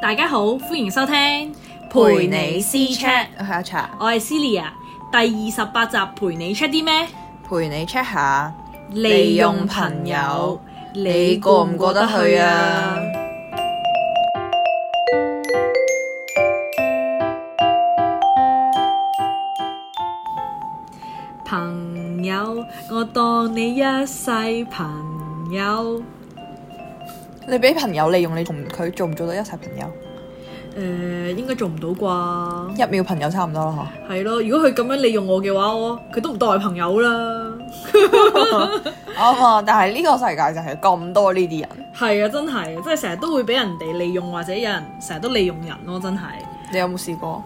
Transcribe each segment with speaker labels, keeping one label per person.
Speaker 1: 大家好，歡迎收聽
Speaker 2: 陪你私 check，我係阿茶，
Speaker 1: 我係 Celia，第二十八集陪你 check 啲咩？
Speaker 2: 陪你 check 下，利用朋友，你過唔過得去啊？
Speaker 1: 朋友，我當你一世朋友。
Speaker 2: 你俾朋友利用你同佢做唔做到一齊朋友？
Speaker 1: 誒、應該做唔到啩？
Speaker 2: 一秒朋友差唔多啦
Speaker 1: 係咯，如果佢咁樣利用我嘅話，我佢都唔當我係朋友啦。
Speaker 2: 嗬。啱啊，但係呢個世界就係咁多呢啲人，
Speaker 1: 係啊，真係，即係成日都會俾人哋利用，或者有人成日都利用人咯，真係。
Speaker 2: 你有冇試過？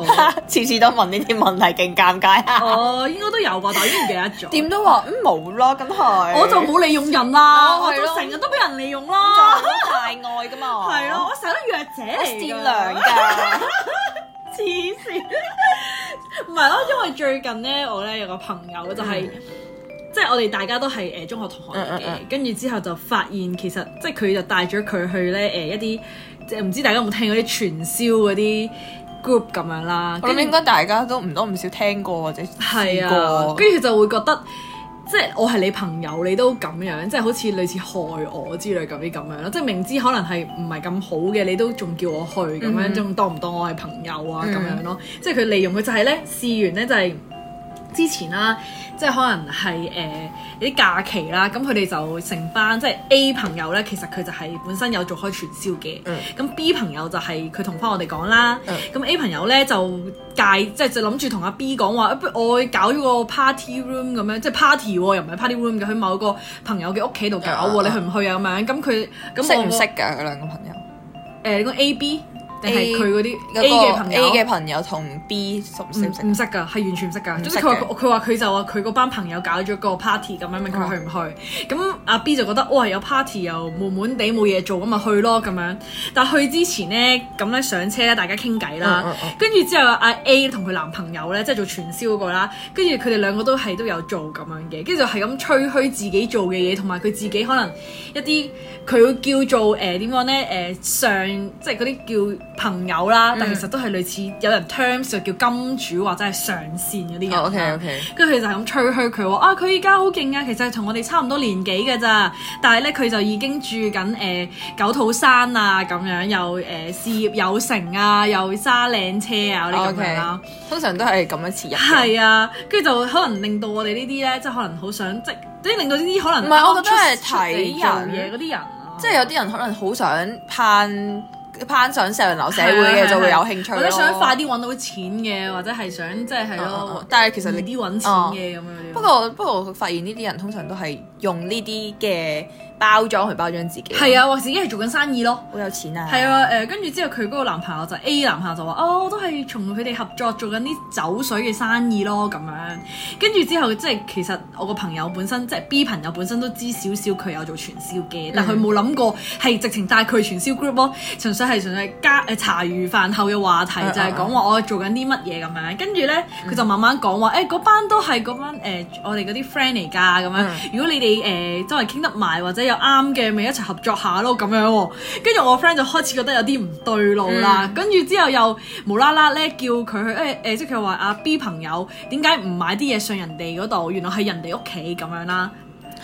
Speaker 1: 我
Speaker 2: 次次都問呢啲問題，勁尷尬。
Speaker 1: 我哦應該都有吧，但我已經唔記得咗。
Speaker 2: 點都話嗯冇啦，咁係。
Speaker 1: 我就冇利用人啦，
Speaker 2: 哦
Speaker 1: 我
Speaker 2: 係
Speaker 1: 就
Speaker 2: 咯
Speaker 1: 成日都俾人利用
Speaker 2: 就
Speaker 1: 啦。
Speaker 2: 係我太愛噶嘛。
Speaker 1: 係咯，，我成日都弱者嚟
Speaker 2: 我善
Speaker 1: 㗎
Speaker 2: 良，㗎。
Speaker 1: 黐線。唔係咯，因為最近咧，我咧有個朋友就係、即係我哋大家都係誒呃中學同學嚟
Speaker 2: 嗯嗯
Speaker 1: 嘅，跟住之後就發現其實即係佢就帶咗佢去咧誒一啲即係唔知大家有冇聽嗰啲傳銷嗰啲 group 咁樣啦，
Speaker 2: 我
Speaker 1: 跟
Speaker 2: 諗
Speaker 1: 住
Speaker 2: 應該大家都唔多唔少聽過或者
Speaker 1: 係
Speaker 2: 試
Speaker 1: 啊
Speaker 2: 過，。
Speaker 1: 跟住就會覺得，即係我係你朋友，你都咁樣，即係好似類似害我之類咁啲咁樣咯。即係明知可能係唔係咁好嘅，你都仲叫我去咁
Speaker 2: 嗯
Speaker 1: 樣，仲、當唔當我係朋友啊咁、樣咯。即係佢利用佢就係咧試完咧就係、之前啦，即係可能係誒有啲假期啦，咁佢哋就成班即係 A 朋友咧，其實佢就係本身有做開傳銷嘅，咁、
Speaker 2: 嗯
Speaker 1: B 朋友就係佢同翻我哋講啦，
Speaker 2: 嗯
Speaker 1: 咁、A 朋友咧就介即係就諗住同阿 B 講話，啊不如我搞咗個 party room 咁樣，即係 party 喎，又唔係 party room 嘅，去某個朋友嘅屋企度搞喎，
Speaker 2: 啊
Speaker 1: 你去唔去啊咁樣？咁佢咁
Speaker 2: 識
Speaker 1: 我個
Speaker 2: 唔識㗎？佢兩個朋友，
Speaker 1: 誒個 A B 定係
Speaker 2: A-
Speaker 1: 佢嗰啲
Speaker 2: 嗰
Speaker 1: A 嘅
Speaker 2: 個
Speaker 1: 朋
Speaker 2: A
Speaker 1: 友
Speaker 2: 嘅朋友嗯同 B 熟唔
Speaker 1: 唔
Speaker 2: 識唔
Speaker 1: 唔
Speaker 2: 識？
Speaker 1: 識㗎，係完全唔識㗎。
Speaker 2: 唔
Speaker 1: 總
Speaker 2: 識
Speaker 1: 之佢話
Speaker 2: 嘅
Speaker 1: 佢話佢就話佢嗰班朋友搞咗個 party 咁樣，問佢
Speaker 2: 哦
Speaker 1: 去唔去？咁阿 B 就覺得哇有 party 又悶悶地冇嘢做咁咪去咯咁樣。但去之前呢，咁咧上車咧大家傾偈
Speaker 2: 嗯
Speaker 1: 啦
Speaker 2: 嗯嗯，
Speaker 1: 跟住之後阿 A 同佢男朋友咧即係做傳銷嗰個啦，跟住佢哋兩個都係都有做咁樣嘅，跟住就係咁吹噓自己做嘅嘢，同埋佢自己可能一啲佢叫做誒點講咧誒上即係嗰啲叫朋友啦，但其實都係類似有人 terms 就叫金主或者係上線嗰啲人啦。
Speaker 2: OK OK，
Speaker 1: 跟住佢就係咁吹噓佢話啊，佢依家好勁啊，其實同我哋差唔多年紀嘅咋，但係咧佢就已經住緊誒、呃九肚山啊咁樣，又誒、呃事業有成啊，又揸靚車啊嗰啲咁樣啦，
Speaker 2: 通常都係咁樣切入。
Speaker 1: 係啊，跟住就可能令到我哋呢啲咧，即係可能好想即即係令到呢啲可能啊
Speaker 2: 唔係我覺得
Speaker 1: 啱啱
Speaker 2: 係
Speaker 1: 出嚟做
Speaker 2: 睇人
Speaker 1: 嘢嗰啲人啊，
Speaker 2: 即係有啲人可能好想攀攀上上流社會
Speaker 1: 係啊
Speaker 2: 嘅，就會
Speaker 1: 係
Speaker 2: 有
Speaker 1: 啊
Speaker 2: 興趣
Speaker 1: 或者想快啲
Speaker 2: 啲
Speaker 1: 揾到錢嘅，或者係想即係係咯，
Speaker 2: 嗯但係哦其實
Speaker 1: 易
Speaker 2: 你哦
Speaker 1: 啲揾錢嘅咁樣。
Speaker 2: 不過不過，我發現呢啲人通常都係用呢啲嘅包裝去包裝自己。
Speaker 1: 係
Speaker 2: 啊，
Speaker 1: 啊，或者自己係做緊生意咯。
Speaker 2: 好有錢啊！
Speaker 1: 係 啊，誒、跟住之後佢嗰個男朋友就 A 男朋友就話，哦，我都係從佢哋合作做緊啲酒水嘅生意咯，咁樣。跟住之後，即係其實我個朋友本身，即係 B 朋友本身都知少少佢有做傳銷嘅，但佢冇諗過係直情帶佢去傳銷 group 咯，純粹係純粹係加誒茶餘飯後嘅話題，
Speaker 2: 嗯
Speaker 1: 就係講話我做緊啲乜嘢咁樣。跟住咧，佢就慢慢講話，誒、哎嗰班都係嗰班誒、我哋嗰啲 friend 嚟㗎，咁樣。
Speaker 2: 嗯
Speaker 1: 如果你哋誒、周圍傾得埋或者有啱嘅，咪一齊合作下咯，咁樣喎、
Speaker 2: 嗯
Speaker 1: 跟住我個 friend 就開始覺得有啲唔對路啦，跟住之後又無啦啦咧叫佢去誒誒、即係佢話阿 B 朋友點解唔買啲嘢上人哋嗰度？原來係人哋屋企咁樣啦，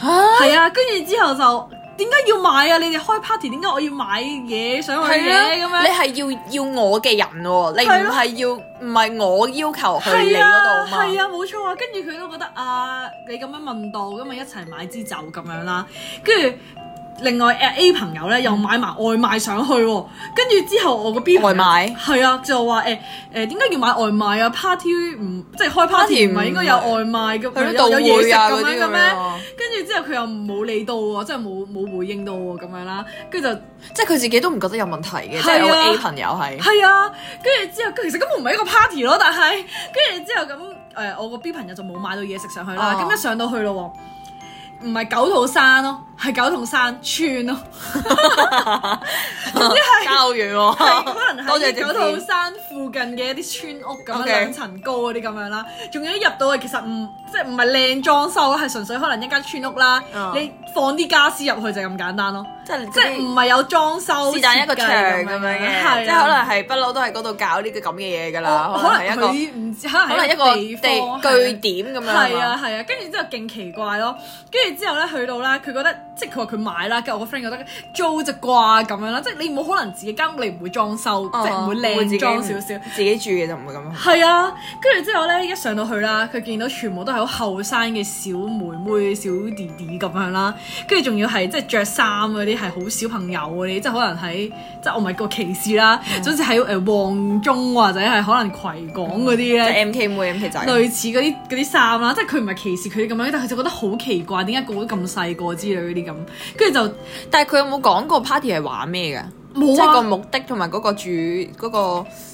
Speaker 2: 嚇
Speaker 1: 係啊，跟住之後就點解要買啊？你哋開 party 點解我要買嘢上去
Speaker 2: 係
Speaker 1: 嘅咁
Speaker 2: 啊，你
Speaker 1: 樣？
Speaker 2: 係要要我嘅人喎，你
Speaker 1: 係
Speaker 2: 唔
Speaker 1: 咯
Speaker 2: 係要唔係我要求去你
Speaker 1: 係
Speaker 2: 嗰
Speaker 1: 啊，
Speaker 2: 度嘛？
Speaker 1: 係啊，冇錯啊。跟住佢都覺得啊，你咁樣問到，咁咪一齊買支酒咁樣啦。跟住另外誒 A 朋友咧又買埋外賣上去喎。跟住之後我個 B 朋友
Speaker 2: 外賣
Speaker 1: 係啊，就話誒誒點解要買外賣啊？party 唔即係開 party 唔係應該有外賣嘅，
Speaker 2: 去到
Speaker 1: 有有
Speaker 2: 道
Speaker 1: 嘢食
Speaker 2: 會
Speaker 1: 咁
Speaker 2: 啊嗰
Speaker 1: 樣
Speaker 2: 啲
Speaker 1: 嘅
Speaker 2: 咁
Speaker 1: 咩？
Speaker 2: 樣，
Speaker 1: 跟住之後佢又冇理到喎，即係冇冇回應到喎咁樣啦。跟住就
Speaker 2: 即係佢自己都唔覺得有問題嘅，即
Speaker 1: 係啊
Speaker 2: 係有個 A 朋友係。
Speaker 1: 係啊，跟住之後，其實根本唔係一個 party 咯，但係跟住之後咁，誒、我個 B 朋友就冇買到嘢食上去啦，
Speaker 2: 哦
Speaker 1: 咁、一上到去咯喎，唔係九肚山咯，係九肚山村咯，
Speaker 2: 交完
Speaker 1: 係
Speaker 2: 喎，
Speaker 1: 可能
Speaker 2: 哦多謝
Speaker 1: 喺
Speaker 2: 指
Speaker 1: 九肚山附近嘅一啲村屋咁樣
Speaker 2: OK
Speaker 1: 兩層高嗰啲咁樣啦，仲要一入到去其實唔即係唔係靚裝修，係純粹可能一間村屋啦，
Speaker 2: 嗯
Speaker 1: 你放啲家私入去就咁簡單咯，
Speaker 2: 即係
Speaker 1: 即係唔係有裝修
Speaker 2: 是但一個
Speaker 1: 設
Speaker 2: 場
Speaker 1: 計
Speaker 2: 咁樣嘅，
Speaker 1: 係
Speaker 2: 即係可
Speaker 1: 啊
Speaker 2: 能係不嬲都係嗰度搞呢啲咁嘅嘢㗎啦，
Speaker 1: 我哦可能
Speaker 2: 啊係一個
Speaker 1: 佢唔知，可
Speaker 2: 可能
Speaker 1: 能
Speaker 2: 一個地
Speaker 1: 方
Speaker 2: 據點咁樣
Speaker 1: 係
Speaker 2: 嘛
Speaker 1: 啊係啊，跟住之後勁奇怪咯，跟住之後咧去到啦，佢覺得即係佢話佢買啦，跟住我個 friend 覺得租就啩咁樣啦，即係你冇可能自己間屋你唔會裝修，即係唔會
Speaker 2: 哦自己
Speaker 1: 靚裝少少。
Speaker 2: 自己住嘅就唔會咁樣。
Speaker 1: 係啊，跟住之後咧，一上到去啦，佢見到全部都係好後生嘅小妹妹、小弟弟咁樣啦，跟住仲要係即係着衫嗰啲係好小朋友嗰啲，即係可能喺即係我唔係個歧視啦，
Speaker 2: 嗯
Speaker 1: 總之喺誒旺中或者係可能葵港嗰啲
Speaker 2: 即
Speaker 1: 咧。
Speaker 2: 係 M K 妹 M K 仔，
Speaker 1: 類似嗰啲嗰啲衫啦，即係佢唔係歧視佢哋咁樣，但係佢就覺得好奇怪，點解個個都咁細個之類嗰啲咁，跟住就
Speaker 2: 但係佢有冇講過 party 係玩咩㗎？即
Speaker 1: 冇
Speaker 2: 係個
Speaker 1: 啊，
Speaker 2: 目的同埋嗰個主嗰個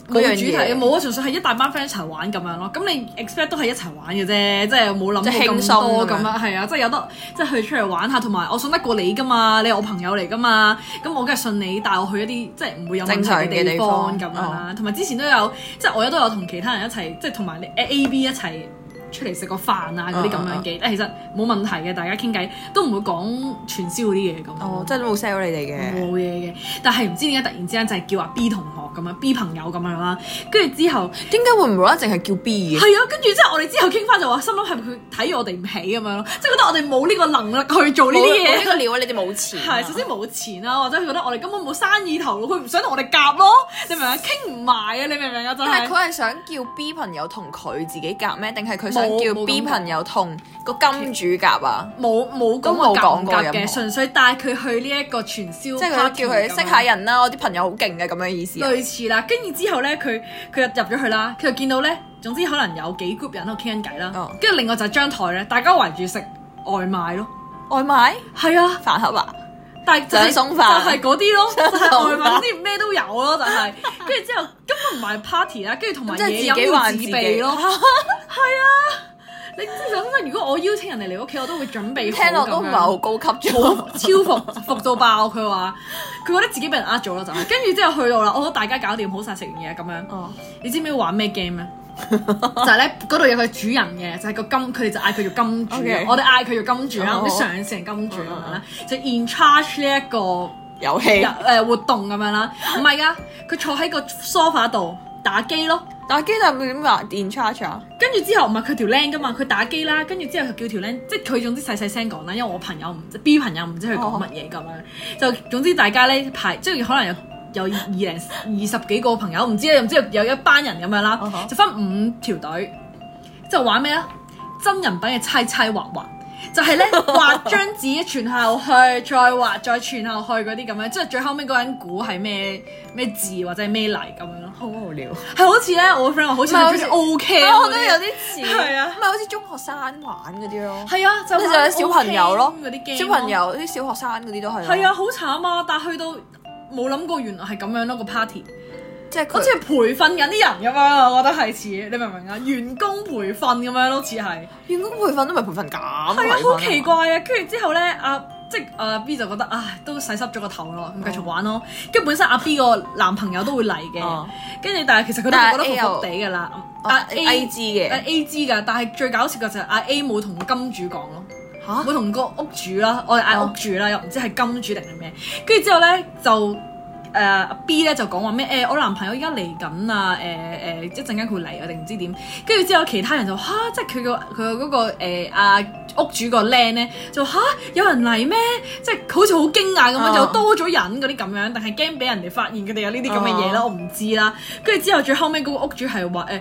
Speaker 1: 冇
Speaker 2: 嗰樣
Speaker 1: 主題，
Speaker 2: 嘢，
Speaker 1: 冇啊，純粹係一大班 friend 一齊玩咁樣咯。咁你 expect 都係一齊玩嘅啫，即係冇諗
Speaker 2: 即係
Speaker 1: 到
Speaker 2: 輕
Speaker 1: 咁
Speaker 2: 鬆
Speaker 1: 多
Speaker 2: 咁樣
Speaker 1: 咁樣，係啊，即係有得即係去出嚟玩下，同埋我信得過你噶嘛，你係我朋友嚟噶嘛，咁我梗係信你帶我去一啲即係唔會有問
Speaker 2: 正
Speaker 1: 題
Speaker 2: 常嘅
Speaker 1: 嘅
Speaker 2: 地
Speaker 1: 地方
Speaker 2: 方哦
Speaker 1: 咁樣啦。同埋之前都有，即係我都有同其他人一齊，即係同埋你 A B 一齊。出嚟食個飯啊，嗰啲咁樣
Speaker 2: 哦
Speaker 1: 嘅，誒其實冇問題嘅，大家傾偈都唔會講傳銷嗰啲嘢咁。
Speaker 2: 哦，即係都冇 sell 你哋嘅，
Speaker 1: 冇嘢嘅，但係唔知點解突然之間就係叫阿 B 同學咁樣，B 朋友咁樣啦，跟住之後
Speaker 2: 點解會無啦啦淨係叫 B 嘅？
Speaker 1: 係啊，跟住之後我哋之後傾翻就話，心諗係咪佢睇我哋唔起咁樣咯，即係覺得我哋冇呢個能力去做呢啲
Speaker 2: 冇呢
Speaker 1: 嘢。
Speaker 2: 個料啊！你哋冇錢啊，
Speaker 1: 係，首先冇錢啦，或者佢覺得我哋根本冇生意頭腦，佢唔想同我哋夾咯，你明唔明啊？傾唔埋啊，你明唔明啊？真
Speaker 2: 但係
Speaker 1: 係
Speaker 2: 佢係想叫 B 朋友同佢自己夾咩？定係佢想
Speaker 1: 冇
Speaker 2: 叫
Speaker 1: 冇咁
Speaker 2: B
Speaker 1: 講
Speaker 2: 朋友同個金主夾啊？
Speaker 1: 冇冇
Speaker 2: 都
Speaker 1: 講
Speaker 2: 冇
Speaker 1: 過夾
Speaker 2: 講
Speaker 1: 唔
Speaker 2: 過任
Speaker 1: 夾
Speaker 2: 何
Speaker 1: 嘅，純粹帶佢去呢一個傳銷，
Speaker 2: 即係佢叫佢識下。人啦，我啲朋友好勁嘅咁樣意思啊。
Speaker 1: 類似啦，跟住之後咧，佢佢入入咗去啦，佢就見到咧，總之可能有幾 group 人喺度傾緊偈啦
Speaker 2: 哦，
Speaker 1: 跟住、另外就係張台咧，大家圍住食外賣咯，
Speaker 2: 外賣
Speaker 1: 係啊，
Speaker 2: 哦飯盒啊，
Speaker 1: 但係就係、
Speaker 2: 想送飯
Speaker 1: 就係嗰啲咯，
Speaker 2: 想
Speaker 1: 就
Speaker 2: 送飯
Speaker 1: 係外賣嗰啲咩都有咯，就係、跟 住之後根本唔係 party 啦，跟住同埋
Speaker 2: 即係
Speaker 1: 嘢
Speaker 2: 自
Speaker 1: 飲
Speaker 2: 己
Speaker 1: 要
Speaker 2: 還
Speaker 1: 自
Speaker 2: 自己
Speaker 1: 備 咯。啊你知唔知如果我邀請人嚟你屋企，我都會準備好
Speaker 2: 聽落都唔
Speaker 1: 咁
Speaker 2: 係
Speaker 1: 樣
Speaker 2: 好高級
Speaker 1: 好
Speaker 2: 啫。
Speaker 1: 超服服到爆，佢話佢覺得自己俾人呃咗啦，就係跟住之後去到啦，我覺得大家搞掂好晒食完嘢咁樣。
Speaker 2: 哦，
Speaker 1: 你知唔知玩咩 game 咧？就係咧，嗰度有個主人嘅，就係、個金，佢哋就嗌佢做金主啊
Speaker 2: OK
Speaker 1: 我哋嗌佢做金主啦，
Speaker 2: 哦
Speaker 1: 我哋上線金主咁樣啦，就 in charge 呢一個
Speaker 2: 遊戲
Speaker 1: 誒、呃活動咁樣啦。唔係噶，佢坐喺個 sofa 度打機咯，
Speaker 2: 打機但係點話 in charge 啊？
Speaker 1: 跟住之後唔係佢條僆噶嘛，佢打機啦，跟住之後佢叫條僆，即係佢總之細細聲講啦，因為我朋友唔知 B 朋友唔知佢講乜嘢咁樣，就總之大家咧排，即係可能有。有二零二十幾個朋友，唔知唔知有一班人咁樣啦
Speaker 2: 嗯哼
Speaker 1: 就分五條隊，就玩咩啊？真人版嘅猜猜畫畫，就 係咧畫張紙傳後去，再畫再傳後去嗰啲咁樣，即係最後尾嗰個人估係咩咩字或者係咩嚟咁樣咯。
Speaker 2: 好無聊。
Speaker 1: 係好似咧，我個 friend 話好似
Speaker 2: 唔係
Speaker 1: 係
Speaker 2: 好
Speaker 1: 好
Speaker 2: 似
Speaker 1: 似 O K，
Speaker 2: 我覺得有啲似，
Speaker 1: 係啊
Speaker 2: 唔係好似中學生玩嗰啲咯，
Speaker 1: 係啊，就
Speaker 2: 即係就係小朋友咯
Speaker 1: 玩 OK 嗰啲 game
Speaker 2: 小朋友啲小學生嗰啲都係咯。
Speaker 1: 係啊，好慘啊！但係去到冇諗過，原來係咁樣咯個 party，
Speaker 2: 即係
Speaker 1: 好
Speaker 2: 佢
Speaker 1: 似係培訓緊啲人咁樣啊！我覺得係似，你明唔明啊？員工培訓咁樣咯，似係
Speaker 2: 員工培訓都唔係培訓咁，
Speaker 1: 係啊，
Speaker 2: 培訓
Speaker 1: 好奇怪啊！跟住之後咧，阿即係阿 B 就覺得唉，都洗濕咗個頭咯，咁繼續玩咯。跟住本身阿 B 個男朋友都會嚟嘅
Speaker 2: 哦，
Speaker 1: 跟住但係其實佢都
Speaker 2: 但
Speaker 1: 係
Speaker 2: 係
Speaker 1: 覺
Speaker 2: A
Speaker 1: 得
Speaker 2: 又
Speaker 1: 服服地㗎啦。
Speaker 2: 哦
Speaker 1: 阿
Speaker 2: A
Speaker 1: A
Speaker 2: 知嘅
Speaker 1: 阿 A 知㗎，但係最搞笑嘅就係阿 A 冇同金主講咯。
Speaker 2: 嚇哦
Speaker 1: 我同個屋主啦，我哋嗌屋主啦，又唔知係金主定係咩，跟住之後咧就誒、呃 B 咧就講話咩誒我男朋友依家嚟緊啊誒誒、呃一陣間佢會嚟啊定唔知點，跟住之後其他人就嚇、即係佢個佢個嗰個呃啊屋主個靚咧就嚇、有人嚟咩？即係好似好驚訝咁樣，
Speaker 2: 哦
Speaker 1: 就多咗人嗰啲咁樣，但係驚俾人哋發現佢哋有呢啲咁嘅嘢啦，
Speaker 2: 哦
Speaker 1: 我唔知啦。跟住之後最後尾嗰個屋主係話誒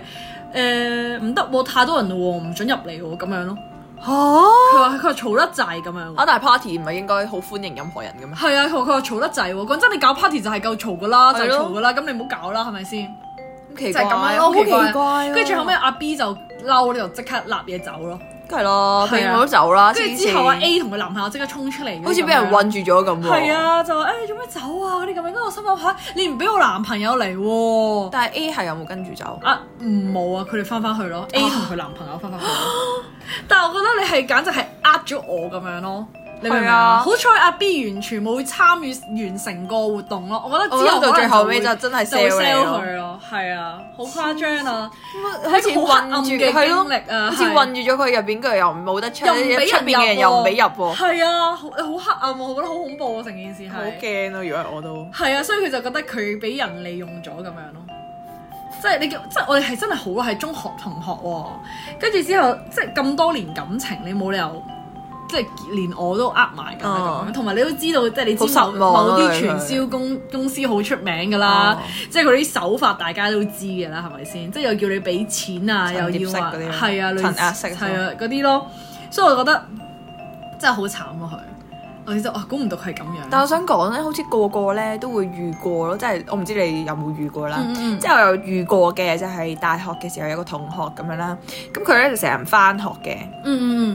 Speaker 1: 誒唔得喎，太多人嘞喎，唔准入嚟喎咁樣咯。
Speaker 2: 嚇
Speaker 1: 佢話佢話嘈得滯咁樣喎。
Speaker 2: 啊！但係 party 唔係應該好歡迎任何人嘅咩？
Speaker 1: 係啊，佢話佢話嘈得滯喎。講真，你搞 party 就係夠嘈噶啦，就
Speaker 2: 係
Speaker 1: 係
Speaker 2: 咯
Speaker 1: 嘈噶啦，咁你唔好搞啦，係咪先？
Speaker 2: 咁奇
Speaker 1: 就係咁樣咯
Speaker 2: 好奇
Speaker 1: 好奇怪
Speaker 2: 怪。啊
Speaker 1: 跟住最後尾，阿 B 就嬲咧，就即刻揦嘢走咯。
Speaker 2: 梗係
Speaker 1: 係
Speaker 2: 咯，
Speaker 1: 啊
Speaker 2: 俾我都走啦。
Speaker 1: 跟
Speaker 2: 黐
Speaker 1: 住
Speaker 2: 線
Speaker 1: 之後，阿 A 同佢男朋友即刻衝出嚟，
Speaker 2: 好似俾人
Speaker 1: 韞。
Speaker 2: 困住咗咁喎。
Speaker 1: 係，啊，就話誒做咩走啊嗰啲咁樣。跟住我心諗吓，你唔俾我男朋友嚟喎。
Speaker 2: 但係 A 係有冇跟住走？
Speaker 1: 啊，唔冇啊，佢哋翻翻去咯。A 同佢男朋友翻翻去咯。但係我覺得你係簡直係呃咗我咁樣咯。你明唔明
Speaker 2: 係啊
Speaker 1: 啊？好彩阿 B 完全冇參與完成個活動咯，我覺得
Speaker 2: 我
Speaker 1: 之
Speaker 2: 覺
Speaker 1: 後
Speaker 2: 得到
Speaker 1: 可能
Speaker 2: 最後
Speaker 1: 會
Speaker 2: 尾就真係
Speaker 1: 就會
Speaker 2: sell 你
Speaker 1: sell
Speaker 2: 咯
Speaker 1: 佢咯，係啊，好誇張啊！
Speaker 2: 好似
Speaker 1: 一個好
Speaker 2: 困
Speaker 1: 黑暗
Speaker 2: 住，
Speaker 1: 嘅
Speaker 2: 係咯
Speaker 1: 經歷啊
Speaker 2: 好似
Speaker 1: 係
Speaker 2: 困住咗佢入邊，佢又冇得出，
Speaker 1: 又唔俾
Speaker 2: 出邊嘅人
Speaker 1: 人
Speaker 2: 又唔俾入
Speaker 1: 喎，
Speaker 2: 喎，好
Speaker 1: 係啊，好好黑暗啊！我覺得好恐怖啊，成件事係。
Speaker 2: 驚咯！如果係我都
Speaker 1: 係啊，所以佢就覺得佢俾人利用咗咁樣咯。即係你叫，即係我哋係真係好耐係中學同學喎、跟住之後即係咁多年感情，你冇理由即係連我都呃埋咁
Speaker 2: 哦
Speaker 1: 樣，同埋、你都知道，即係你知
Speaker 2: 好
Speaker 1: 某
Speaker 2: 失望啊
Speaker 1: 某
Speaker 2: 你係
Speaker 1: 啲傳銷公公司好出名㗎啦，
Speaker 2: 哦
Speaker 1: 即係佢啲手法大家都知㗎啦，係咪先？即係又叫你俾錢啊，
Speaker 2: 陳
Speaker 1: 又
Speaker 2: 列式
Speaker 1: 要話
Speaker 2: 嗰啲啊
Speaker 1: 係啊，類
Speaker 2: 陳壓式
Speaker 1: 似係啊嗰啲咯，所以我覺得真係好慘啊咯佢。我其實啊哇，估唔到佢係咁樣。
Speaker 2: 但我想講咧，好似個個咧都會遇過咯，即係我唔知你有冇遇過啦。
Speaker 1: 嗯嗯嗯
Speaker 2: 即係我有遇過嘅，就係大學嘅時候有個同學咁樣啦，咁佢咧就成日唔翻學嘅，
Speaker 1: 嗯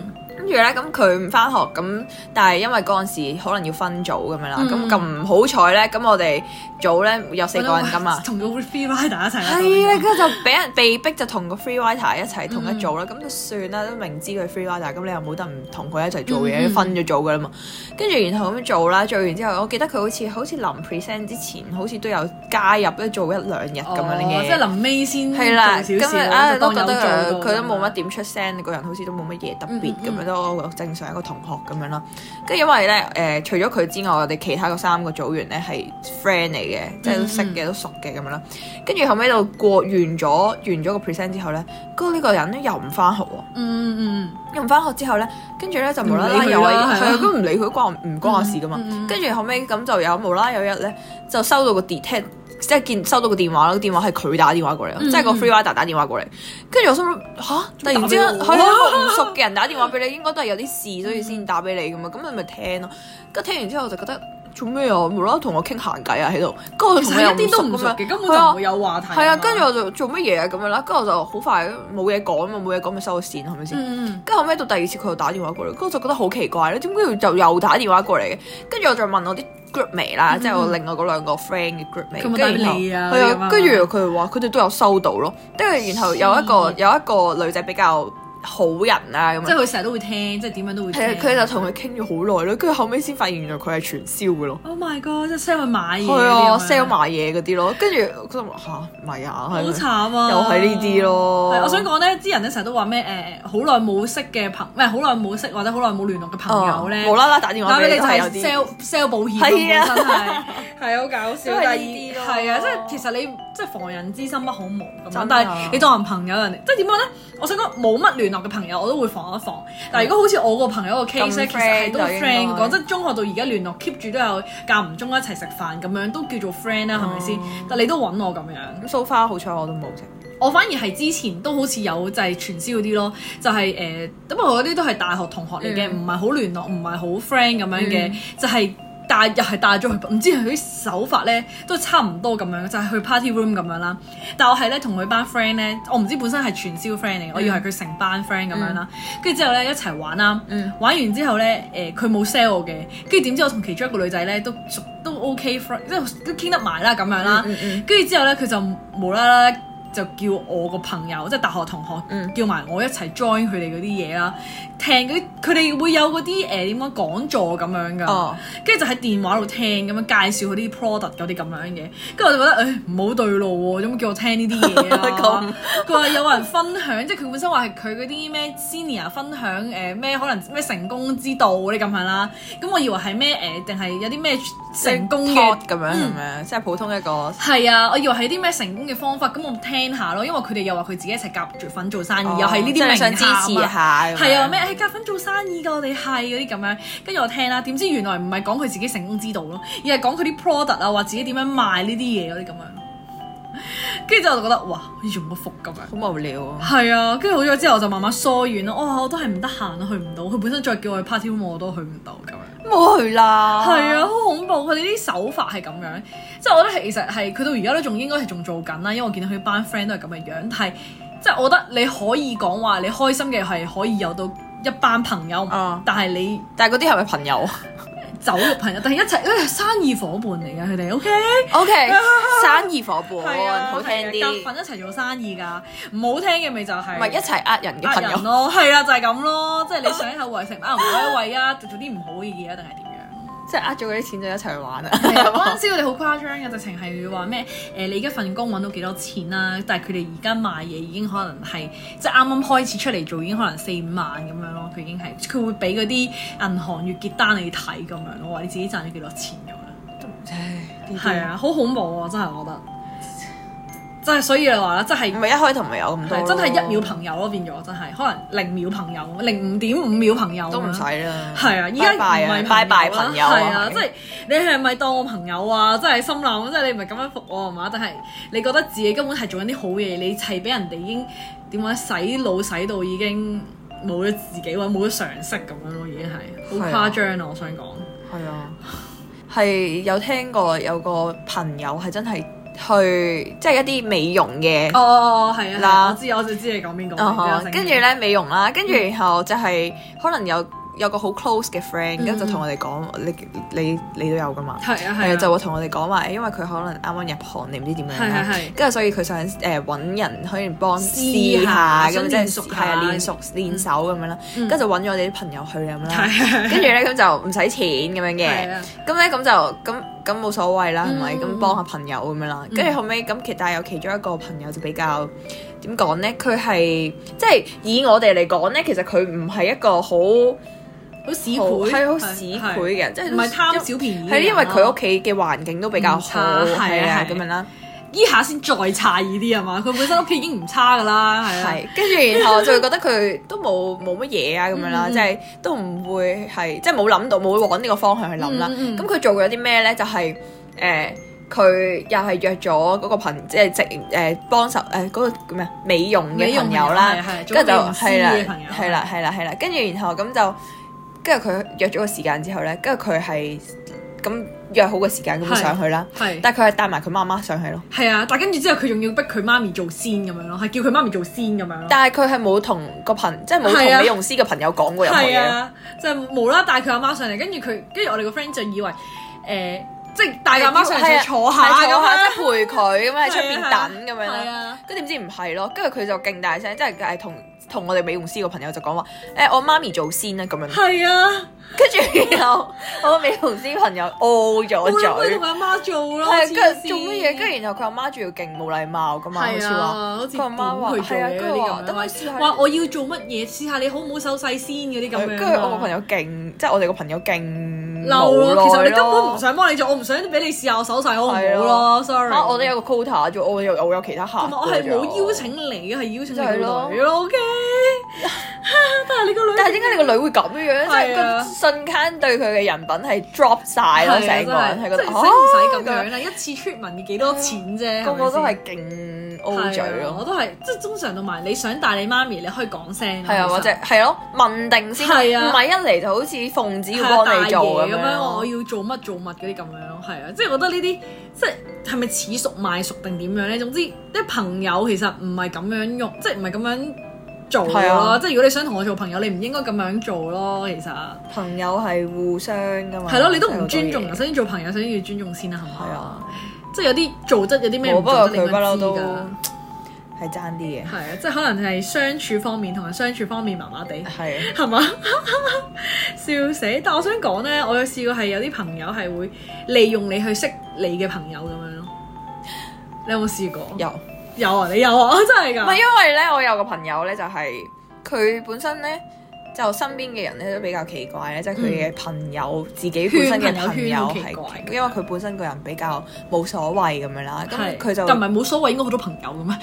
Speaker 1: 嗯
Speaker 2: 跟住咧咁佢唔翻學咁，但係因為嗰陣時可能要分組咁樣啦，
Speaker 1: 嗯
Speaker 2: 咁咁唔好彩咧，咁我哋組咧有
Speaker 1: 嗯，
Speaker 2: 四個人噶啊 嘛。
Speaker 1: 同個 free rider 一齊。
Speaker 2: 係啊，跟住就俾人被逼就同個 free rider 一齊同一組啦，咁就算啦，都明知佢 free rider，咁你又冇得唔同佢一齊做
Speaker 1: 嗯
Speaker 2: 嘢，
Speaker 1: 嗯
Speaker 2: 分咗組噶啦嘛。跟住然後咁做啦，做完之後，我記得佢好似好似臨 present 之前，好似都有加入咧做一兩日咁樣嘅。
Speaker 1: 哦即係臨尾先
Speaker 2: 哦係啦，
Speaker 1: 做少
Speaker 2: 咁
Speaker 1: 少
Speaker 2: 啊啊
Speaker 1: 就
Speaker 2: 都
Speaker 1: 當
Speaker 2: 覺
Speaker 1: 有
Speaker 2: 得誒
Speaker 1: 做過
Speaker 2: 佢都冇乜點出聲，個人好似都冇乜嘢特別
Speaker 1: 嗯嗯
Speaker 2: 咁樣，都正常一個同學咁樣啦。跟住因為咧誒，除咗佢之外，我哋其他嗰三個組員咧係 friend 嚟嘅，
Speaker 1: 嗯
Speaker 2: 即係都識嘅、都熟嘅咁樣啦。跟住後尾到過完咗完咗個 present 之後咧，嗰呢個人咧又唔翻學喎。
Speaker 1: 嗯嗯
Speaker 2: 又唔翻學之後咧，跟住咧就無啦
Speaker 1: 唔
Speaker 2: 啦
Speaker 1: 理佢
Speaker 2: 又
Speaker 1: 啦
Speaker 2: 係
Speaker 1: 係
Speaker 2: 係
Speaker 1: 啊
Speaker 2: 啊，都唔理佢關我唔關我事噶嘛
Speaker 1: 嗯嗯。嗯
Speaker 2: 跟住後尾咁就有無啦有一日咧，就收到個 detect，即係見收到個電話啦，個電話係佢打電話過嚟咯，啊
Speaker 1: 嗯
Speaker 2: 即係個 free rider 打電話過嚟。跟住我心諗吓，突然之間
Speaker 1: 仲打俾我
Speaker 2: 係一啊個唔熟嘅人打電話俾你，應該都係有啲事所以先打俾你咁嘛。咁啊你咪聽咯。跟住聽完之後我就覺得做咩啊？無啦啦同我傾閒偈啊喺度，跟住我
Speaker 1: 嗯，其實
Speaker 2: 同佢又
Speaker 1: 係一啲都唔
Speaker 2: 咁
Speaker 1: 熟
Speaker 2: 樣
Speaker 1: 嘅，根本
Speaker 2: 係
Speaker 1: 就
Speaker 2: 啊
Speaker 1: 唔會有話題。
Speaker 2: 係啊，跟住我 就做乜嘢啊咁樣啦，跟住我就好快冇嘢講嘛，冇嘢講咪收咗線係咪先？
Speaker 1: 嗯嗯
Speaker 2: 跟住後尾到第二次佢又打電話過嚟，跟住我就覺得好奇怪咧，點解要就又打電話過嚟嘅？跟住我就問我啲 groupmate 啦，
Speaker 1: 嗯
Speaker 2: 即係我另外嗰兩個 friend 嘅
Speaker 1: 佢
Speaker 2: groupmate，
Speaker 1: 有冇
Speaker 2: 跟住然
Speaker 1: 打
Speaker 2: 後
Speaker 1: 俾你啊
Speaker 2: 係
Speaker 1: 咁
Speaker 2: 啊，
Speaker 1: 啊
Speaker 2: 跟住佢話佢哋都有收到咯，跟住然後有一個
Speaker 1: 黐
Speaker 2: 有一個女仔比較好人啦咁
Speaker 1: 嗯即係
Speaker 2: 樣，
Speaker 1: 佢成日都會聽，即係點樣都會聽。
Speaker 2: 係啊，佢就同佢傾咗好耐咯，跟住後尾先發現原來佢係傳銷嘅咯。
Speaker 1: Oh my god！即係 sell 去買嘢
Speaker 2: 係
Speaker 1: 嗰
Speaker 2: 啊
Speaker 1: 啲咁樣。
Speaker 2: ，sell 埋嘢嗰啲咯，跟住佢就話吓，唔係啊，
Speaker 1: 好
Speaker 2: 係咪
Speaker 1: 慘啊！
Speaker 2: 又係呢啲咯
Speaker 1: 係。我想講咧，啲人咧成日都話咩誒，好耐冇識嘅朋，唔係好耐冇識或者好耐冇聯絡嘅朋友咧
Speaker 2: 嗯，無啦啦打電話
Speaker 1: 打
Speaker 2: 俾
Speaker 1: 俾
Speaker 2: 你
Speaker 1: 你
Speaker 2: 都
Speaker 1: 就
Speaker 2: 係
Speaker 1: 係
Speaker 2: 有啲。
Speaker 1: sell sell 保險
Speaker 2: 係啊
Speaker 1: 啊，真係 係好搞笑。
Speaker 2: 都
Speaker 1: 第
Speaker 2: 係
Speaker 1: 二
Speaker 2: 呢啲咯
Speaker 1: 係啊，即係其實你即係防人之心不可無咁
Speaker 2: 真
Speaker 1: 樣
Speaker 2: 啊，
Speaker 1: 但係你當人朋友人哋，即係點講咧？我想講冇乜聯絡嘅朋友我都會防一防，但係如果好似我個朋友個 case 咧，
Speaker 2: 咁
Speaker 1: 其實係都
Speaker 2: friend 就應
Speaker 1: friend
Speaker 2: 該
Speaker 1: 講真，中學到而家聯絡 keep 住都有間唔中一齊食飯咁樣，都叫做 friend 啦，係咪
Speaker 2: 哦
Speaker 1: 先？但你都揾我咁樣。
Speaker 2: 咁 so far 好彩我都冇食。
Speaker 1: 我反而係之前都好似有就係傳銷嗰啲咯，就係誒咁我嗰啲都係大學同學嚟嘅，唔係好聯絡，唔係好 friend 咁樣嘅，就係帶又係帶咗去，唔知佢啲手法咧都差唔多咁樣，就係、去 party room 咁樣啦。但我係咧同佢班 friend 咧，我唔知本身係傳銷 friend 嚟，我以為佢成班 friend 咁樣啦。跟住之後咧一齊玩啦，玩完之後咧誒佢冇 sell 我嘅，跟住點知我同其中一個女仔咧都熟都 OK friend，即係都傾得埋啦咁樣啦。跟住之後咧，佢就無啦啦就叫我個朋友，即係大學同學，叫埋我一齊 join 佢哋嗰啲嘢啦，聽嗰啲佢哋會有嗰啲誒點講講座咁樣噶。
Speaker 2: 哦，
Speaker 1: 跟住就喺電話度聽咁樣介紹佢啲 product 嗰啲咁樣嘅，跟住我就覺得誒唔好對路喎，有冇叫我聽呢啲嘢
Speaker 2: 咁
Speaker 1: 啊？佢話有人分享，即係佢本身話係佢嗰啲咩 senior 分享誒咩、可能咩成功之道嗰啲咁樣啦，咁我以為係咩誒定係有啲咩成功嘅
Speaker 2: talk。咁樣咁樣，即係普通一個
Speaker 1: 係啊，我以為係啲咩成功嘅方法，咁我聽下咯，因為佢哋又話佢自己一齊夾住份做生意，又係呢
Speaker 2: 哦即
Speaker 1: 啲名
Speaker 2: 想支持
Speaker 1: 下嘛。
Speaker 2: 下咁樣。
Speaker 1: 係啊，咩係夾份做生意㗎，我哋係嗰啲咁樣，跟住我聽啦，點知原來唔係講佢自己成功之道咯，而係講佢啲 product 啊，話自己點樣賣呢啲嘢嗰啲咁樣。跟住之後我就覺得哇，好似中咗伏咁樣。
Speaker 2: 好無聊啊！
Speaker 1: 係啊，跟住好咗之後我就慢慢疏遠咯。哇、我都係唔得閒啊，去唔到。佢本身再叫我去 party room，我都去唔到咁樣。
Speaker 2: 冇去啦。
Speaker 1: 係啊，好恐怖！佢哋啲手法係咁樣，即係我覺得其實係佢到而家都仲應該係仲做緊啦，因為我見到佢班 friend 都係咁嘅樣，但係即係我覺得你可以講話你開心嘅係可以有到一班朋友，
Speaker 2: 啊
Speaker 1: 但係你
Speaker 2: 但係嗰啲係咪朋友？
Speaker 1: 酒肉朋友， 但係一齊，因為生意伙伴嚟㗎，佢 哋 OK。
Speaker 2: O K，生意伙
Speaker 1: 係啊
Speaker 2: 伴，哦好聽啲，
Speaker 1: 夾份一齊做生意㗎。唔好聽嘅咪就係
Speaker 2: 唔係一齊呃人嘅
Speaker 1: 呃
Speaker 2: 朋
Speaker 1: 人
Speaker 2: 友。
Speaker 1: 咯，係啦，就係咁咯。即係你想口為食，呃唔到一位啊，做啲唔好嘅嘢啊，定係點樣？
Speaker 2: 即係呃咗嗰啲錢就一齊去玩啊！
Speaker 1: 係啊嗰陣時佢哋好誇張啊嘅，直情係話咩？誒，你而家份工揾到幾多錢啦？但係佢哋而家賣嘢已經可能係即係啱啱開始出嚟做，已經可能四五萬咁樣咯。佢已經係佢會俾嗰啲銀行月結單你睇咁樣咯，話你自己賺咗幾多錢啊咁樣。
Speaker 2: 唉呢啲
Speaker 1: 係啊，好恐怖啊！真係我覺得，真係所以你話啦，真係
Speaker 2: 唔。係一開頭咪有咁多
Speaker 1: 係
Speaker 2: 咯，
Speaker 1: 真係一秒朋友咯，變咗真係可能零秒朋友，零五點五秒朋友咁樣
Speaker 2: 都唔使啦。
Speaker 1: 係啊，依家唔係
Speaker 2: 嗯拜拜朋友
Speaker 1: 係啊，
Speaker 2: 啊，
Speaker 1: 即係你係咪當我朋友啊？即係心諗，即係你唔係咁樣服我係嘛？但係你覺得自己根本係做緊啲好嘢，你係俾人哋已經點講呢洗腦洗到已經冇咗自己或者冇咗常識咁樣咯，已經係
Speaker 2: 係
Speaker 1: 好
Speaker 2: 啊
Speaker 1: 誇張啊！我想講，
Speaker 2: 係啊，係有聽過有個朋友係真係去即係一啲美容嘅。
Speaker 1: 哦哦哦，係啊係啊，
Speaker 2: 嗱
Speaker 1: 我知我就知你講邊個，
Speaker 2: 啊
Speaker 1: 我
Speaker 2: 哈
Speaker 1: 知我
Speaker 2: 跟住咧美容啦，跟住
Speaker 1: 嗯
Speaker 2: 然後就係可能有有個好 close 嘅 friend，
Speaker 1: 嗯
Speaker 2: 跟住就同我哋講，你你你都有噶嘛？
Speaker 1: 係啊係
Speaker 2: 係
Speaker 1: 啊，
Speaker 2: 就會同我哋講話，因為佢可能啱啱入行，你唔知點樣
Speaker 1: 係係
Speaker 2: 啦
Speaker 1: 係，
Speaker 2: 跟住所以佢想誒揾人可以幫
Speaker 1: 試
Speaker 2: 試
Speaker 1: 下
Speaker 2: 下
Speaker 1: 想
Speaker 2: 咁，即係
Speaker 1: 練熟
Speaker 2: 係啊
Speaker 1: 下
Speaker 2: 練熟練手咁樣啦，
Speaker 1: 嗯
Speaker 2: 跟住就揾咗我哋啲朋友去咁啦，
Speaker 1: 係啊
Speaker 2: 跟住咧咁就唔使錢咁樣
Speaker 1: 係
Speaker 2: 嘅。
Speaker 1: 啊。
Speaker 2: 咁咧咁就咁咁冇所謂啦，係咪？
Speaker 1: 嗯
Speaker 2: 咁幫下朋友咁樣啦。跟住後尾咁，其但係有其中一個朋友就比較點講咧？佢係即係以我哋嚟講咧，其實佢唔係一個好
Speaker 1: 好市
Speaker 2: 好
Speaker 1: 儈，
Speaker 2: 係好市儈嘅人，即係
Speaker 1: 唔係貪
Speaker 2: 因
Speaker 1: 小便宜。
Speaker 2: 係因為佢屋企嘅環境都比較好，
Speaker 1: 唔差係
Speaker 2: 係
Speaker 1: 啊
Speaker 2: 啊
Speaker 1: 係
Speaker 2: 咁樣啦。
Speaker 1: 依下先再差異啲啊嘛，佢本身屋企已經唔差噶啦，係啊，
Speaker 2: 係跟住然後就會覺得佢都冇冇乜嘢啊咁樣啦，
Speaker 1: 嗯嗯
Speaker 2: 即係都唔會係即係冇諗到，冇往呢個方向去諗啦。
Speaker 1: 嗯嗯嗯
Speaker 2: 咁佢做咗啲咩咧？就係誒佢又係約咗嗰個朋，即係直誒幫手誒嗰個叫咩啊美容嘅朋友啦。
Speaker 1: 係，
Speaker 2: 跟住就
Speaker 1: 係啦，係，
Speaker 2: 係啦
Speaker 1: 做美容師嘅朋友，
Speaker 2: 係啦，係啦，係啦，跟住然後咁就，跟住佢約咗個時間之後咧，跟住佢係咁約好個時間咁
Speaker 1: 係
Speaker 2: 上去啦，
Speaker 1: 係，
Speaker 2: 但係佢係帶埋佢媽媽上去咯，
Speaker 1: 係啊，但跟住之後佢仲要逼佢媽咪做先咁樣咯，係叫佢媽咪做先咁樣咯，
Speaker 2: 但係佢係冇同個朋，即係冇
Speaker 1: 嗯係啊
Speaker 2: 同美容師嘅朋友講過任何
Speaker 1: 係
Speaker 2: 嘢咯，
Speaker 1: 啊，就無啦啦帶佢阿媽上嚟，跟住佢，跟住我哋個 friend 就以為誒，即係帶佢阿媽上
Speaker 2: 係啊
Speaker 1: 嚟坐下
Speaker 2: 係
Speaker 1: 咁
Speaker 2: 坐下
Speaker 1: 樣，
Speaker 2: 即係陪佢咁樣喺出邊
Speaker 1: 係啊
Speaker 2: 等咁樣
Speaker 1: 係
Speaker 2: 啦。
Speaker 1: 啊，
Speaker 2: 跟住點知唔係咯，跟住佢就勁大聲，即係係同同我哋美容師個朋友就講話，誒、我媽咪做先啦咁 樣，
Speaker 1: 係啊，
Speaker 2: 跟住然後我個美容師朋友 O 咗
Speaker 1: 我諗
Speaker 2: 嘴
Speaker 1: 佢同。佢阿媽做咯，
Speaker 2: 係，跟
Speaker 1: 黐
Speaker 2: 住
Speaker 1: 線
Speaker 2: 做乜嘢？跟住然後佢阿媽仲要勁冇禮貌噶嘛，好
Speaker 1: 係
Speaker 2: 似話啊
Speaker 1: 啊，好似
Speaker 2: 佢阿媽話
Speaker 1: 話
Speaker 2: 係啊，跟住話
Speaker 1: 等
Speaker 2: 等
Speaker 1: 我
Speaker 2: 我
Speaker 1: 試
Speaker 2: 試
Speaker 1: 下
Speaker 2: 下。
Speaker 1: 話我要做乜嘢，試下你好唔好手勢先嗰啲咁樣啊。
Speaker 2: 跟住我個朋友勁，即係我哋個朋友勁
Speaker 1: 嬲咯，其實你根本唔
Speaker 2: 想。
Speaker 1: 想幫你做，我唔想俾你試下我手勢好唔好
Speaker 2: 係
Speaker 1: 咯
Speaker 2: 咯
Speaker 1: ，sorry。
Speaker 2: 啊我都有個 quota 啫，我有我有其他客。
Speaker 1: 同埋我係冇邀。請你嘅，係邀請你
Speaker 2: 就係
Speaker 1: 個
Speaker 2: 咯
Speaker 1: 女咯，OK。但係你個女，
Speaker 2: 但係點解你個女會咁樣？即係
Speaker 1: 係啊
Speaker 2: 個瞬間對佢嘅人品係 drop 晒咯，成個人係覺
Speaker 1: 即
Speaker 2: 得
Speaker 1: 係
Speaker 2: 啊
Speaker 1: 使唔使咁樣啦？一次 treatment 要幾多錢啫？
Speaker 2: 個個都
Speaker 1: 係咪
Speaker 2: 係勁 O
Speaker 1: 先
Speaker 2: 嘴
Speaker 1: 係啊我
Speaker 2: 咯。
Speaker 1: 都係即係通常同埋你想帶你媽咪，你可以講聲咯。
Speaker 2: 係啊，
Speaker 1: 其實
Speaker 2: 或者係咯，問定先，
Speaker 1: 係啊
Speaker 2: 唔係一嚟就好似奉旨
Speaker 1: 係
Speaker 2: 要
Speaker 1: 啊
Speaker 2: 幫你
Speaker 1: 大
Speaker 2: 做
Speaker 1: 爺
Speaker 2: 咁
Speaker 1: 咁
Speaker 2: 樣
Speaker 1: 樣，我
Speaker 2: 咯。
Speaker 1: 要做乜做乜嗰啲咁樣咯，係啊，即係覺得呢啲即係係咪似熟賣熟定點樣咧？總之啲朋友其實唔係咁樣用，即係唔係咁樣做
Speaker 2: 係
Speaker 1: 咯。
Speaker 2: 啊
Speaker 1: 即係如果你想同我做朋友，你唔應該咁樣做咯。其實係
Speaker 2: 朋友係互相噶嘛。
Speaker 1: 咯，你都唔
Speaker 2: 即係
Speaker 1: 尊重人，
Speaker 2: 好多嘢
Speaker 1: 首先做朋友，首先要尊重先啦，係
Speaker 2: 係
Speaker 1: 咪？
Speaker 2: 啊。
Speaker 1: 即係有啲做質，有啲咩
Speaker 2: 我
Speaker 1: 唔
Speaker 2: 不
Speaker 1: 做
Speaker 2: 過
Speaker 1: 質，
Speaker 2: 佢
Speaker 1: 你
Speaker 2: 不嬲
Speaker 1: 咪知
Speaker 2: 都
Speaker 1: 㗎。
Speaker 2: 係爭啲嘅，
Speaker 1: 係啊，即係可能係相處方面同埋相處方面麻麻地。
Speaker 2: 係啊
Speaker 1: 係嘛？ 笑死！但我想講咧，我有試過係有啲朋友係會利用你去識你嘅朋友咁樣咯。你有冇試過？
Speaker 2: 有，
Speaker 1: 有啊，你有啊， 真係
Speaker 2: 唔係
Speaker 1: 㗎。
Speaker 2: 因為咧，我有個朋友咧，就係佢本身咧。就身邊嘅人咧都比較奇怪咧，即係佢嘅朋友、自己本身嘅
Speaker 1: 圈朋
Speaker 2: 朋
Speaker 1: 友
Speaker 2: 友
Speaker 1: 圈好奇怪
Speaker 2: 係，因為佢本身個人比較冇所謂咁樣啦，咁
Speaker 1: 係啊
Speaker 2: 佢就
Speaker 1: 但唔
Speaker 2: 佢
Speaker 1: 係冇所謂，應該好多朋友嘅咩？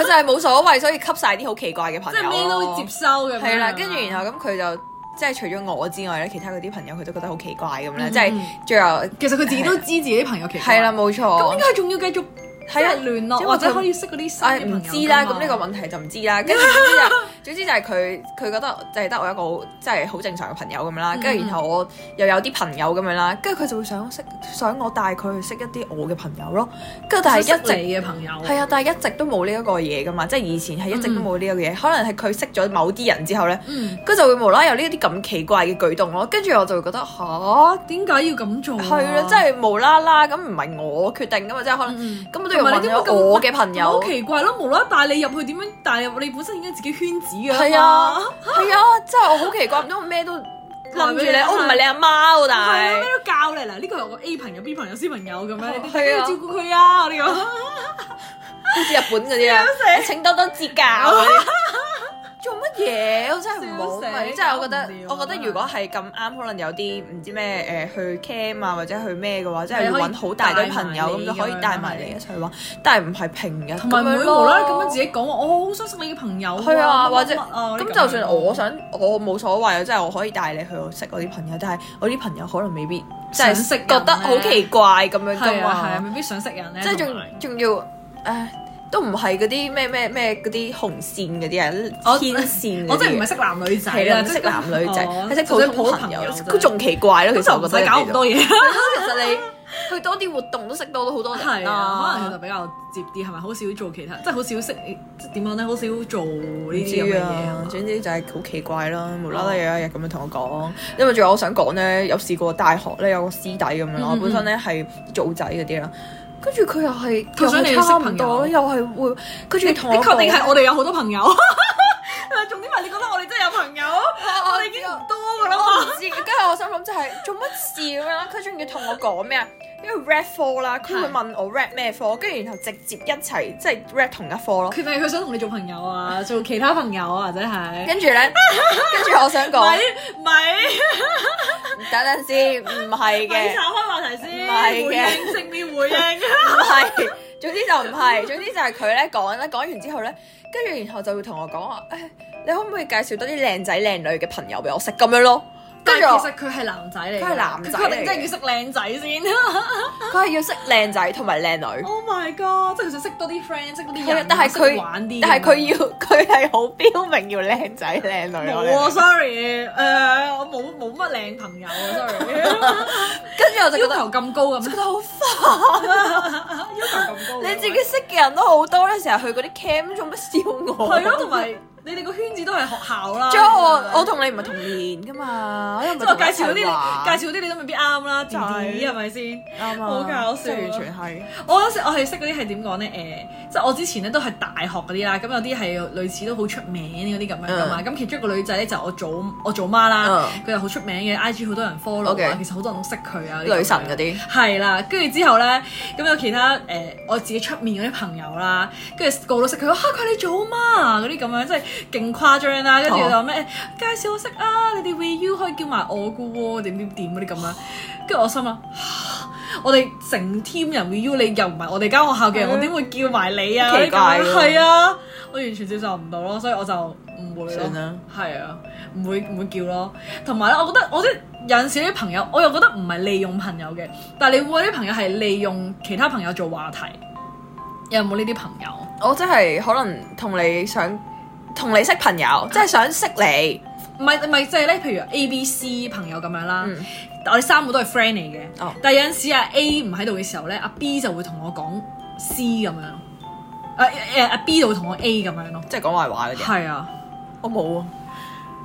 Speaker 2: 就係冇所謂，所以吸晒啲好奇怪嘅朋
Speaker 1: 即
Speaker 2: 友
Speaker 1: 係咩都接啊收嘅。
Speaker 2: 啊係啦，跟住然後咁佢就即係除咗我之外咧，其他嗰啲朋友佢都覺得好奇怪咁啦，
Speaker 1: 嗯
Speaker 2: 即係最後
Speaker 1: 其實佢自己都知自己朋友其實
Speaker 2: 係啦，，
Speaker 1: 咁
Speaker 2: 冇
Speaker 1: 應
Speaker 2: 錯，
Speaker 1: 該係仲要繼續即
Speaker 2: 係啊
Speaker 1: 係聯
Speaker 2: 因為
Speaker 1: 絡，
Speaker 2: 佢
Speaker 1: 或者可以識嗰啲新嘅
Speaker 2: 唉
Speaker 1: 朋友
Speaker 2: 唔
Speaker 1: 㗎嘛
Speaker 2: 知啦，咁呢個問題就唔知啦，跟住之後總之就係佢佢覺得就係得我一個好即係好正常嘅朋友咁樣啦，
Speaker 1: 嗯
Speaker 2: 跟住然後我又有啲朋友咁樣啦，跟住佢就會想識想我帶佢去識一啲我嘅朋友咯，跟住但係
Speaker 1: 識
Speaker 2: 一直
Speaker 1: 你嘅朋友，
Speaker 2: 係啊，但係一直都冇呢一個嘢噶嘛，即係以前係一直都冇呢一個嘢，可能係佢識咗某啲人之後咧，
Speaker 1: 嗯，
Speaker 2: 佢就會無啦啦有呢一啲咁奇怪嘅舉動咯，跟住我就會覺得吓。
Speaker 1: 點解要咁做啊？
Speaker 2: 係啦，即係無啦啦咁，唔係我決定噶嘛，即係可能
Speaker 1: 嗯
Speaker 2: 咁我都要
Speaker 1: 同埋
Speaker 2: 問
Speaker 1: 你點解
Speaker 2: 咗
Speaker 1: 咁
Speaker 2: 我嘅朋
Speaker 1: 好
Speaker 2: 友。
Speaker 1: 奇怪咯，無啦啦帶你入去點樣帶入？你本身已經自己圈子嘅
Speaker 2: 係啊，係啊，即係我好奇怪，唔通我咩都諗住你，我唔係你阿媽喎，
Speaker 1: 哦係啊，
Speaker 2: 但
Speaker 1: 咩
Speaker 2: 係
Speaker 1: 都教你嗱，呢個係我 A 朋友、B 朋友、C 朋友咁樣，你
Speaker 2: 係啊
Speaker 1: 點照顧佢啊？我哋咁
Speaker 2: 好似日本嗰啲啊，請多多 指教嗰啲。做乜嘢？我真係唔好，
Speaker 1: 笑死
Speaker 2: 即係我覺得
Speaker 1: 搞唔，掂啊
Speaker 2: 我覺得如果係咁啱，可能有啲唔知咩誒去 cam 啊，或者去咩嘅話，即係
Speaker 1: 係
Speaker 2: 要
Speaker 1: 可以
Speaker 2: 揾好大堆朋友咁就可以帶
Speaker 1: 帶
Speaker 2: 埋
Speaker 1: 埋
Speaker 2: 你
Speaker 1: 你
Speaker 2: 一齊玩，但係唔係平日
Speaker 1: 同埋唔
Speaker 2: 咁
Speaker 1: 會
Speaker 2: 樣咯
Speaker 1: 無啦啦咁樣自己講話，我好想識你嘅朋友
Speaker 2: 係啊，或者
Speaker 1: 乜乜乜啊
Speaker 2: 咁
Speaker 1: 嗰啲
Speaker 2: 就算我想，我冇所謂啊，即係我可以帶你去我識我啲朋友，但係我啲朋友可能未必即
Speaker 1: 想
Speaker 2: 係
Speaker 1: 識人
Speaker 2: 覺得好奇怪咁樣噶
Speaker 1: 係啊係啊，
Speaker 2: 嘛，
Speaker 1: 未必想識人咧，
Speaker 2: 即係仲
Speaker 1: 同埋
Speaker 2: 仲要誒，都唔係嗰啲咩咩咩嗰啲紅線嗰啲啊，
Speaker 1: 我
Speaker 2: 天線嗰啲
Speaker 1: 我真係唔
Speaker 2: 嘢
Speaker 1: 係識男女仔
Speaker 2: 係啦，
Speaker 1: 啦，
Speaker 2: 唔
Speaker 1: 即
Speaker 2: 識
Speaker 1: 係
Speaker 2: 男女仔，
Speaker 1: 哦
Speaker 2: 係識
Speaker 1: 純粹
Speaker 2: 普通朋友，
Speaker 1: 啫
Speaker 2: 佢仲奇怪咯。其
Speaker 1: 咁
Speaker 2: 實
Speaker 1: 就唔
Speaker 2: 我覺得
Speaker 1: 使搞咁多
Speaker 2: 嘢。
Speaker 1: 嘢。
Speaker 2: 係咯，其實你去多啲活動都識到好多人
Speaker 1: 係
Speaker 2: 啦
Speaker 1: 啊，可。能佢就比較接啲，係咪？好少做其他，即係好少識，即係點講咧？好少做呢
Speaker 2: 唔
Speaker 1: 啲咁
Speaker 2: 知
Speaker 1: 嘅嘢
Speaker 2: 啊
Speaker 1: 啊，嘛。
Speaker 2: 總之就係好奇怪啦，無啦啦有一日咁樣同我講，因為仲有我想講咧，有試過大學咧有個師弟咁樣啦，
Speaker 1: 嗯
Speaker 2: 我
Speaker 1: 嗯
Speaker 2: 本身咧係做仔嗰啲啦，跟住佢又係
Speaker 1: 佢想你
Speaker 2: 又係差唔
Speaker 1: 識朋友
Speaker 2: 多，又係會跟住
Speaker 1: 你
Speaker 2: 同我
Speaker 1: 確定
Speaker 2: 講
Speaker 1: 係我哋有好多朋友？ 重點係你覺得我哋真係有朋友？
Speaker 2: 我
Speaker 1: 我哋已經唔多噶啦
Speaker 2: 我
Speaker 1: 嘛。
Speaker 2: 唔知，跟住我心諗就係做乜事咁樣啦，佢仲要同我講咩啊？因為 rap 科啦，佢會
Speaker 1: 係
Speaker 2: 問我 rap 咩科，跟住然後直接一齊即係 rap 同一科咯。
Speaker 1: 佢咪佢想同你做朋友啊，做其他朋友啊，或者係。
Speaker 2: 跟住咧， 跟住我想講
Speaker 1: 咪，啊咪
Speaker 2: 等陣先，唔係嘅
Speaker 1: 咪。岔開話題先，
Speaker 2: 唔係嘅
Speaker 1: 回應正面回應。
Speaker 2: 唔係，總之就唔係，總之就係佢咧講咧，講完之後咧，跟住然後就會同我講話，誒、你可唔可以介紹多啲靚仔靚女嘅朋友俾我識咁樣咯？跟
Speaker 1: 但
Speaker 2: 住
Speaker 1: 係其
Speaker 2: 我
Speaker 1: 實佢係男仔嚟㗎，
Speaker 2: 佢係男仔嚟
Speaker 1: 佢確定真係要識靚仔先。
Speaker 2: 佢係要識靚仔同埋靚女，
Speaker 1: Oh my god！即係佢想識多啲 friend，識多啲
Speaker 2: 係啊
Speaker 1: 人，
Speaker 2: 但係
Speaker 1: 識玩
Speaker 2: 佢
Speaker 1: 啲，
Speaker 2: 但係佢要 佢係好標明要靚仔靚女我
Speaker 1: 冇啊
Speaker 2: 哋
Speaker 1: ，sorry，誒，我冇冇乜靚朋友啊，sorry，
Speaker 2: 跟住我就覺
Speaker 1: 要
Speaker 2: 得
Speaker 1: 求咁高咁
Speaker 2: 覺
Speaker 1: 咩，
Speaker 2: 得好煩，啊
Speaker 1: 要求咁高，
Speaker 2: 你自己識嘅人都好多咧，成日去嗰啲 cam 做乜笑哦我？
Speaker 1: 係啊咯，同埋你哋個圈子都係學校啦，
Speaker 2: 啊仲有我我同你唔係同年噶嘛，我又唔
Speaker 1: 即
Speaker 2: 係
Speaker 1: 係我
Speaker 2: 同
Speaker 1: 介
Speaker 2: 你一
Speaker 1: 紹嗰啲
Speaker 2: 齊玩嗯
Speaker 1: 你介紹嗰啲你都未必啱啦，弟
Speaker 2: 就係
Speaker 1: 弟係咪先？
Speaker 2: 啱啊，
Speaker 1: 好搞笑
Speaker 2: 即
Speaker 1: 啊
Speaker 2: 係完全係。
Speaker 1: 我嗰時我係識嗰啲係點講咧？誒，即係我之前咧都係大學嗰啲啦，咁有啲係類似都好出名嗰啲咁樣噶
Speaker 2: 嗯
Speaker 1: 嘛。咁其中一個女仔咧就我祖我祖媽啦，佢又好出名嘅，IG 好多人 follow
Speaker 2: OK
Speaker 1: 啊，其實好多人都識佢啊，呢啲咁樣
Speaker 2: 女神嗰啲，
Speaker 1: 係啦，跟住之後咧，咁有其他誒、呃我自己出面嗰啲朋友啦，跟住個個都識佢，嚇佢係你祖媽啊嗰啲咁樣，真係勁誇張
Speaker 2: 哦
Speaker 1: 啦。跟住就咩介紹我識啊，你哋 VU 可以叫埋我嘅喎，點點點嗰啲咁啦。跟住我心諗，嚇我哋成 team 人 VU，你又唔係我哋間學校嘅人，
Speaker 2: 嗯
Speaker 1: 我點會叫埋你啊？
Speaker 2: 奇怪
Speaker 1: 嗰啲咁樣
Speaker 2: 喎
Speaker 1: 係啊，我完全接受唔到咯，所以我就唔會咯
Speaker 2: 算啦。
Speaker 1: 係啊，唔會唔會叫咯。同埋咧，我覺得我啲有陣時啲朋友，我又覺得唔係利用朋友嘅，但係你會有啲朋友係利用其他朋友做話題。有冇呢啲朋友？
Speaker 2: 我真係可能同你想同你識朋
Speaker 1: 啊
Speaker 2: 友，即係想識你。
Speaker 1: 唔係唔係，即係咧，譬如 A、B、C 朋友咁樣啦，
Speaker 2: 嗯
Speaker 1: 我哋三個都係 friend 嚟嘅。
Speaker 2: 哦
Speaker 1: 但係有陣時啊 A 唔喺度嘅時候咧，阿 B 就會同我講 C 咁樣，啊誒誒阿 B 就會同我 A 咁樣咯。
Speaker 2: 即係講壞話嗰啲。
Speaker 1: 係啊，
Speaker 2: 我冇啊，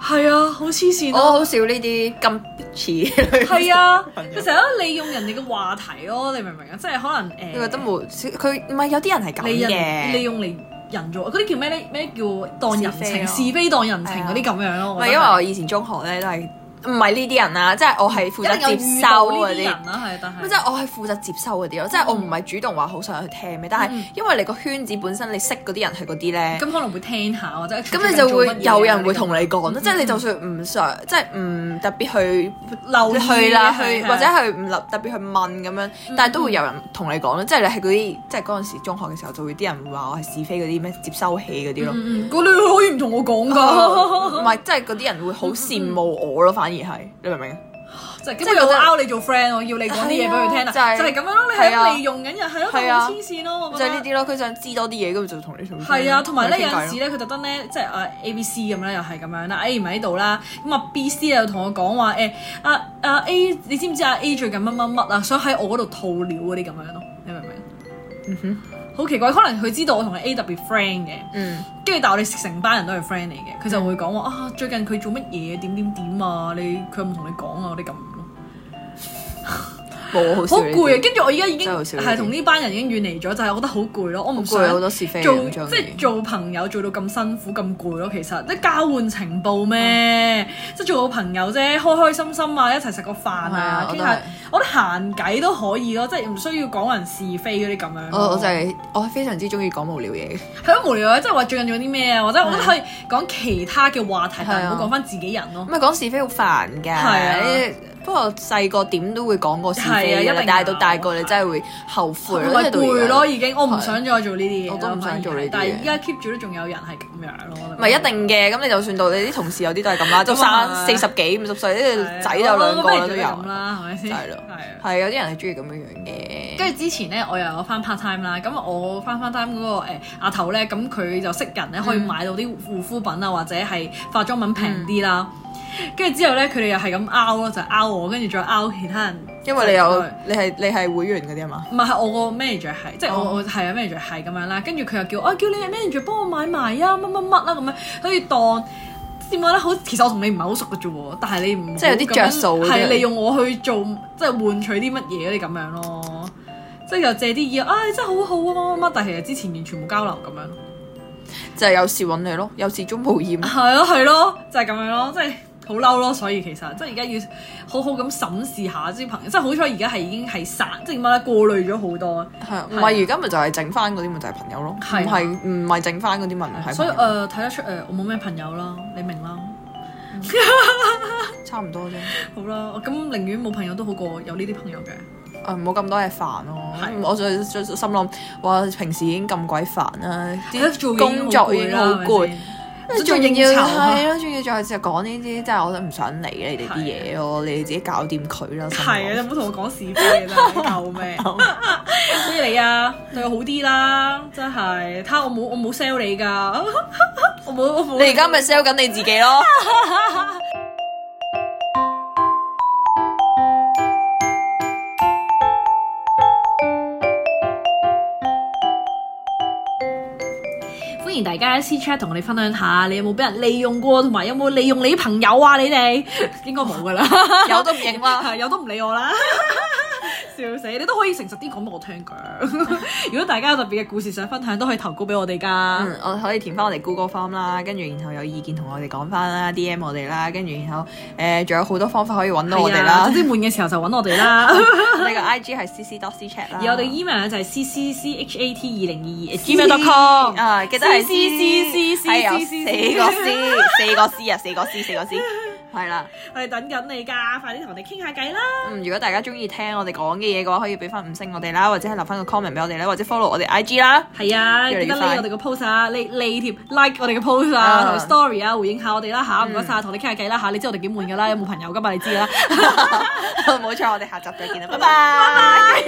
Speaker 1: 係啊，好黐線
Speaker 2: 我
Speaker 1: 咯。
Speaker 2: 好少呢啲咁似類
Speaker 1: 係啊，
Speaker 2: 哦 朋友
Speaker 1: 佢成日都利用人哋嘅話題咯，你明唔明啊？即係可能誒，
Speaker 2: 佢覺得冇，佢唔係有啲人係咁
Speaker 1: 利用利
Speaker 2: 嘅。
Speaker 1: 用嚟人做嗰啲叫咩咧？咩叫當人
Speaker 2: 是非
Speaker 1: 情
Speaker 2: 咯
Speaker 1: 是非當人情嗰啲咁樣咯？
Speaker 2: 唔
Speaker 1: 我
Speaker 2: 係
Speaker 1: 覺得
Speaker 2: 因為我以前中學咧都係唔係呢啲人啊，即係我係負責
Speaker 1: 一定有
Speaker 2: 接
Speaker 1: 遇
Speaker 2: 收
Speaker 1: 到
Speaker 2: 嗰
Speaker 1: 呢啲
Speaker 2: 啲。
Speaker 1: 人啦，係，但係
Speaker 2: 咁即係我係負責接收嗰啲咯，即係我唔係主動話好想去聽咩，但係
Speaker 1: 嗯
Speaker 2: 因為你個圈子本身你識嗰啲人係嗰啲咧，
Speaker 1: 咁可能會聽下或者
Speaker 2: 咁你就會
Speaker 1: 啊
Speaker 2: 有人會同
Speaker 1: 你
Speaker 2: 你講咯，即係
Speaker 1: 嗯
Speaker 2: 你就算唔想，即係唔特別去
Speaker 1: 留意
Speaker 2: 去啦，
Speaker 1: 啊
Speaker 2: 去
Speaker 1: 係係嗯
Speaker 2: 或者係唔留特別去問咁樣，但係都會有人同你講咯，即係你係嗰啲，即係嗰陣時中學嘅時候就會啲人會話我係是非嗰啲咩接收器嗰啲咯，
Speaker 1: 嗯嗯，嗰你可以唔同我講
Speaker 2: 哦
Speaker 1: 㗎。
Speaker 2: 唔係即係嗰啲人會好羨慕我咯，反而係你明唔明？啊
Speaker 1: 就係
Speaker 2: 即
Speaker 1: 根
Speaker 2: 係
Speaker 1: 本有
Speaker 2: 覺得
Speaker 1: 拗你做 friend，我要你講啲嘢俾佢聽啦，
Speaker 2: 係啊
Speaker 1: 就
Speaker 2: 就
Speaker 1: 係
Speaker 2: 係
Speaker 1: 咁樣咯，你
Speaker 2: 係啊
Speaker 1: 係利用緊人，係咯，
Speaker 2: 係
Speaker 1: 就
Speaker 2: 啊
Speaker 1: 好黐線咯，我
Speaker 2: 就
Speaker 1: 覺
Speaker 2: 係呢
Speaker 1: 得。
Speaker 2: 啲咯，佢想知多啲嘢，跟住就同你做 friend
Speaker 1: 係啊，同埋咧有
Speaker 2: 同你傾偈咯
Speaker 1: 陣時咧，佢特登咧即係啊 A、B、C 咁啦，又係咁樣啦，A 唔喺度啦，咁啊 B、C 又同我講話誒啊啊 A，你知唔知啊 A 最近乜乜乜啊，想喺我嗰度套料嗰啲咁樣咯，你明唔明？
Speaker 2: 嗯哼，
Speaker 1: 好奇怪，可能佢知道我同佢 A 特別 friend 嘅，
Speaker 2: 嗯。
Speaker 1: 跟住但係我哋成班人都係 friend 嚟嘅，佢就會講話啊最近佢做乜嘢點點點啊，你佢有冇同你講啊？我哋咁咯。
Speaker 2: 冇好
Speaker 1: 好
Speaker 2: 少呢啲
Speaker 1: 攰啊！跟住我依家已經
Speaker 2: 真係好少呢啲
Speaker 1: 係同呢班人已經遠離咗，就係我覺得好攰咯。我唔
Speaker 2: 好攰好
Speaker 1: 想
Speaker 2: 多是非啊
Speaker 1: 做
Speaker 2: 唔中意
Speaker 1: 即係做朋友做到咁辛苦咁攰咯。其實即係交換情報
Speaker 2: 嗯
Speaker 1: 咩？即係做個朋友啫，開開心心啊，一齊食個飯
Speaker 2: 係啊
Speaker 1: 啊，
Speaker 2: 我
Speaker 1: 傾
Speaker 2: 都係
Speaker 1: 下我覺得閒偈都可以咯，即係唔需要講人是非嗰啲咁樣咯。
Speaker 2: 我哦我就係、我係非常之中意講無聊嘢嘅，
Speaker 1: 係咯無聊啊！即係話最近做啲咩啊？或者我覺得
Speaker 2: 係
Speaker 1: 可以講其他嘅話題，但係
Speaker 2: 係啊
Speaker 1: 唔好講翻自己人咯
Speaker 2: 咁。啊講是非好煩㗎。
Speaker 1: 啊
Speaker 2: 呢啲不過細個點都會講過是非
Speaker 1: 係
Speaker 2: 㗎
Speaker 1: 啊一
Speaker 2: 啦
Speaker 1: 定，
Speaker 2: 但係到大個你真係會後
Speaker 1: 同
Speaker 2: 悔咯，
Speaker 1: 埋
Speaker 2: 即係到啊而
Speaker 1: 攰
Speaker 2: 家
Speaker 1: 咯，。已經我唔想再做呢啲嘢咯，
Speaker 2: 我都唔想
Speaker 1: 反而係
Speaker 2: 做呢啲嘢
Speaker 1: 但係依家 keep 住都仲有人係咁樣咯。
Speaker 2: 唔係一定嘅，咁你就算到你啲同事有啲都 係咁啦，都
Speaker 1: 咁啊
Speaker 2: 三四十幾五十歲，呢個仔就兩個啦都有
Speaker 1: 咁，啦，係咪先？
Speaker 2: 係咯
Speaker 1: 係啊。
Speaker 2: 係有啲人係中意咁樣樣嘅。
Speaker 1: 跟住之前咧，我又有翻 part time 啦，咁我翻 part time 嗰個誒阿頭咧，咁佢就識人咧，可以買到啲護
Speaker 2: 嗯
Speaker 1: 膚品啊，或者係化妝品平啲啦。
Speaker 2: 嗯
Speaker 1: 跟住之後咧，佢哋又係咁拗咯，就拗我，跟住再拗其他人。
Speaker 2: 因為你
Speaker 1: 就
Speaker 2: 有
Speaker 1: 係
Speaker 2: 你係你係會員嗰啲啊嘛，
Speaker 1: 唔係，係我個 manager 係，即係
Speaker 2: 哦
Speaker 1: 我我係啊 manager 係咁樣啦，跟住佢又叫我、啊、叫你嘅 manager 幫我買埋啊乜乜乜啦咁樣，好似當點講咧？好即係點講呢，好其實我同你唔係好熟嘅啫喎，但係你唔好
Speaker 2: 即係有啲
Speaker 1: 咁樣
Speaker 2: 着數嗰啲
Speaker 1: 係利用我去做即係換取啲乜嘢嗰啲咁樣咯，即係又借啲嘢，唉、真係好好啊乜乜乜，但係其實之前完全冇交流咁樣，
Speaker 2: 就係有事揾你咯，有事中無厭。
Speaker 1: 係咯係咯，就係、咁樣咯，即係。好嬲咯，所以其實即係而家要好好咁審視下啲朋友，即係好彩而家係已經係散，即係點講咧過濾咗好多，
Speaker 2: 係啊唔
Speaker 1: 係啊
Speaker 2: 係而家咪就係整翻嗰啲咪就係朋友咯，唔
Speaker 1: 係啊
Speaker 2: 係唔係整翻嗰啲咪唔係朋友。
Speaker 1: 所以呃誒睇、得出誒、我冇咩朋友啦，你明啦。
Speaker 2: 差唔多啫，
Speaker 1: 好啦，我咁寧願冇朋友都好過有呢啲朋友嘅。
Speaker 2: 誒啊唔好咁多嘢煩咯
Speaker 1: 係。
Speaker 2: 我就就心諗，哇！平時已經咁鬼煩啦，啲
Speaker 1: 啲
Speaker 2: 工作已經好
Speaker 1: 係
Speaker 2: 攰，，
Speaker 1: 咪先
Speaker 2: 仲
Speaker 1: 仲要
Speaker 2: 要
Speaker 1: 應酬
Speaker 2: 係
Speaker 1: 啊
Speaker 2: 咯，仲要再就講呢啲，真係我都唔想理你哋啲嘢咯，你哋自己搞掂佢啦。心諗
Speaker 1: 係啊，你唔好同我講是非 啦，救命！所以你啊，對我好啲啦，真係。睇下我冇我冇 sell 你㗎， 我冇我冇。
Speaker 2: 你而家咪 sell 緊你自己 咯。
Speaker 1: 歡迎大家喺 C chat 同我哋分享下，你有冇俾人利用過，同埋有冇利用你啲朋友啊？你哋應該冇㗎啦。
Speaker 2: 有都唔應啦。
Speaker 1: 啊係有都唔理我啦， 笑死！你都可以誠實啲講俾我聽㗎。 如果大家有特別嘅故事想分享，都可以投稿俾我哋㗎。
Speaker 2: 嗯，我可以填翻我哋 Google Form 啦，跟住然後有意見同我哋講翻啦，DM 我哋啦，跟住然後誒仲有好多方法可以揾到我哋
Speaker 1: 係啊
Speaker 2: 啦
Speaker 1: 總。之悶嘅時候就揾我哋啦。
Speaker 2: 我哋個 IG 係 cc dot c chat 啦。
Speaker 1: 而我哋 email 咧就係 c c c h a t e 二零二二
Speaker 2: gmail.com
Speaker 1: gmail.com。
Speaker 2: 啊，記得係
Speaker 1: C C C C C
Speaker 2: 係有
Speaker 1: C C
Speaker 2: 四個 C，四個 C 啊，四個 C，四個 C，係啦。
Speaker 1: 我哋等緊你㗎，快啲同我哋傾下偈啦！
Speaker 2: 嗯，如果大家中意聽我哋講嘅嘢嘅話，可以俾翻五星我哋啦，或者係留翻個 comment 俾我哋啦，或者 follow 我哋 IG 啦。
Speaker 1: 係啊，
Speaker 2: 越嚟
Speaker 1: 記
Speaker 2: 越
Speaker 1: 得 like
Speaker 2: 快
Speaker 1: 我哋個 post 啊，like like 貼 like 我哋嘅 post 啊，同
Speaker 2: 啊嗯
Speaker 1: 埋 story 啊，回應下我哋啦吓，唔該晒，同我哋傾下偈啦吓，你知我哋幾悶㗎啦，有冇朋友㗎嘛？你知㗎啦。
Speaker 2: 冇錯，我哋下集再見啦，拜拜。